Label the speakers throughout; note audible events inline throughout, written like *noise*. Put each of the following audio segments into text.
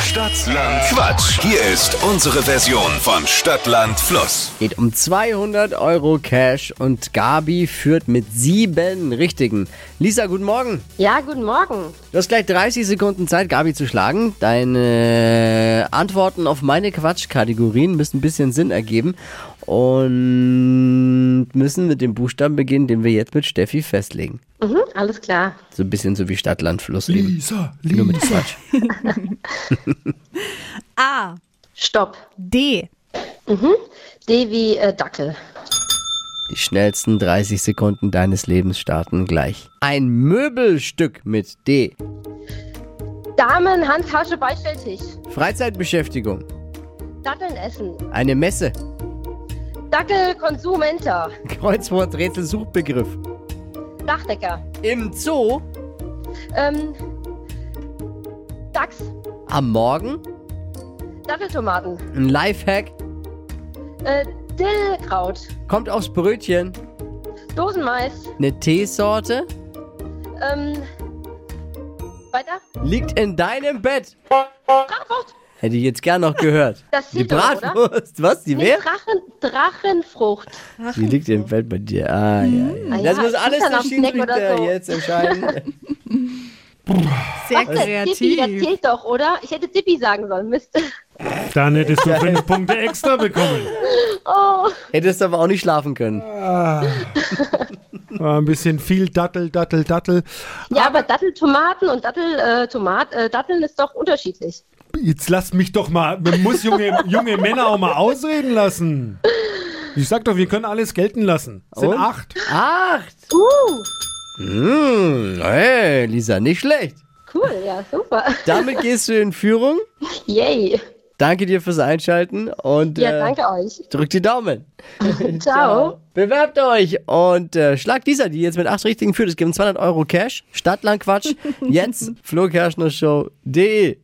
Speaker 1: Stadtland Quatsch. Hier ist unsere Version von Stadtland Fluss.
Speaker 2: Geht um 200 Euro Cash und Gabi führt mit sieben Richtigen. Lisa, guten Morgen.
Speaker 3: Ja, guten Morgen.
Speaker 2: Du hast gleich 30 Sekunden Zeit, Gabi zu schlagen. Deine Antworten auf meine Quatschkategorien müssen ein bisschen Sinn ergeben und müssen mit dem Buchstaben beginnen, den wir jetzt mit Steffi festlegen.
Speaker 3: Mhm, alles klar.
Speaker 2: So ein bisschen so wie Stadtlandfluss eben.
Speaker 4: Lisa,
Speaker 2: Nur mit
Speaker 4: Lisa.
Speaker 2: Quatsch.
Speaker 5: A.
Speaker 3: Stopp.
Speaker 5: D.
Speaker 3: D wie äh, Dackel.
Speaker 2: Die schnellsten 30 Sekunden deines Lebens starten gleich. Ein Möbelstück mit D.
Speaker 3: Damen, Handtasche, Beistelltisch.
Speaker 2: Freizeitbeschäftigung.
Speaker 3: Datteln essen.
Speaker 2: Eine Messe.
Speaker 3: Dackel, Konsumenter.
Speaker 2: Kreuzworträtsel Suchbegriff.
Speaker 3: Dachdecker.
Speaker 2: Im Zoo.
Speaker 3: Ähm, Dachs.
Speaker 2: Am Morgen.
Speaker 3: Datteltomaten.
Speaker 2: Ein Lifehack.
Speaker 3: Äh, Dillkraut.
Speaker 2: Kommt aufs Brötchen.
Speaker 3: Dosenmais.
Speaker 2: Eine Teesorte.
Speaker 3: Ähm, weiter.
Speaker 2: Liegt in deinem Bett.
Speaker 3: Brachwurst.
Speaker 2: Hätte ich jetzt gern noch gehört.
Speaker 3: *laughs* Das
Speaker 2: die
Speaker 3: sieht doch, oder?
Speaker 2: Bratwurst. Was? Die
Speaker 3: Nee,
Speaker 2: wer?
Speaker 3: Drachen, Drachenfrucht.
Speaker 2: Die liegt im Bett bei dir. Ah, ja, ja.
Speaker 3: Ah,
Speaker 2: Das
Speaker 3: ja,
Speaker 2: muss
Speaker 3: ich
Speaker 2: alles
Speaker 3: muss dann
Speaker 2: der
Speaker 3: am Snack oder
Speaker 2: Schiedsrichter
Speaker 3: so.
Speaker 2: jetzt
Speaker 3: *laughs*
Speaker 2: entscheiden.
Speaker 5: Sehr
Speaker 3: Tippi, das
Speaker 5: kreativ.
Speaker 3: zählt doch, oder? Ich hätte Tippi sagen sollen. Mist. *laughs*
Speaker 4: Dann hättest du fünf Punkte extra bekommen.
Speaker 3: Oh.
Speaker 2: Hättest aber auch nicht schlafen können.
Speaker 4: War ein bisschen viel Dattel, Dattel, Dattel.
Speaker 3: Ja, aber Datteltomaten und Dattel, äh, Tomat, äh, Datteln ist doch unterschiedlich.
Speaker 4: Jetzt lass mich doch mal, man muss junge, junge Männer auch mal ausreden lassen. Ich sag doch, wir können alles gelten lassen. Sind
Speaker 2: Und?
Speaker 4: acht.
Speaker 2: Acht.
Speaker 3: Uh,
Speaker 2: Hm, hey, Lisa, nicht schlecht.
Speaker 3: cool, ja, super. *laughs*
Speaker 2: Damit gehst du in Führung.
Speaker 3: Yay.
Speaker 2: Danke dir fürs Einschalten und
Speaker 3: Ja,
Speaker 2: äh,
Speaker 3: danke euch.
Speaker 2: drückt die Daumen.
Speaker 3: Ciao.
Speaker 2: Bewerbt euch und äh, schlagt dieser, die jetzt mit acht Richtigen führt. Es gibt 200 Euro Cash. Stadtlandquatsch. Jetzt flokerschnershow.de.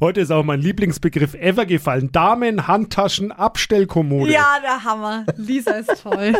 Speaker 4: Heute ist auch mein Lieblingsbegriff ever gefallen. Damen, Handtaschen, Abstellkommode.
Speaker 5: Ja, der Hammer. Lisa ist toll.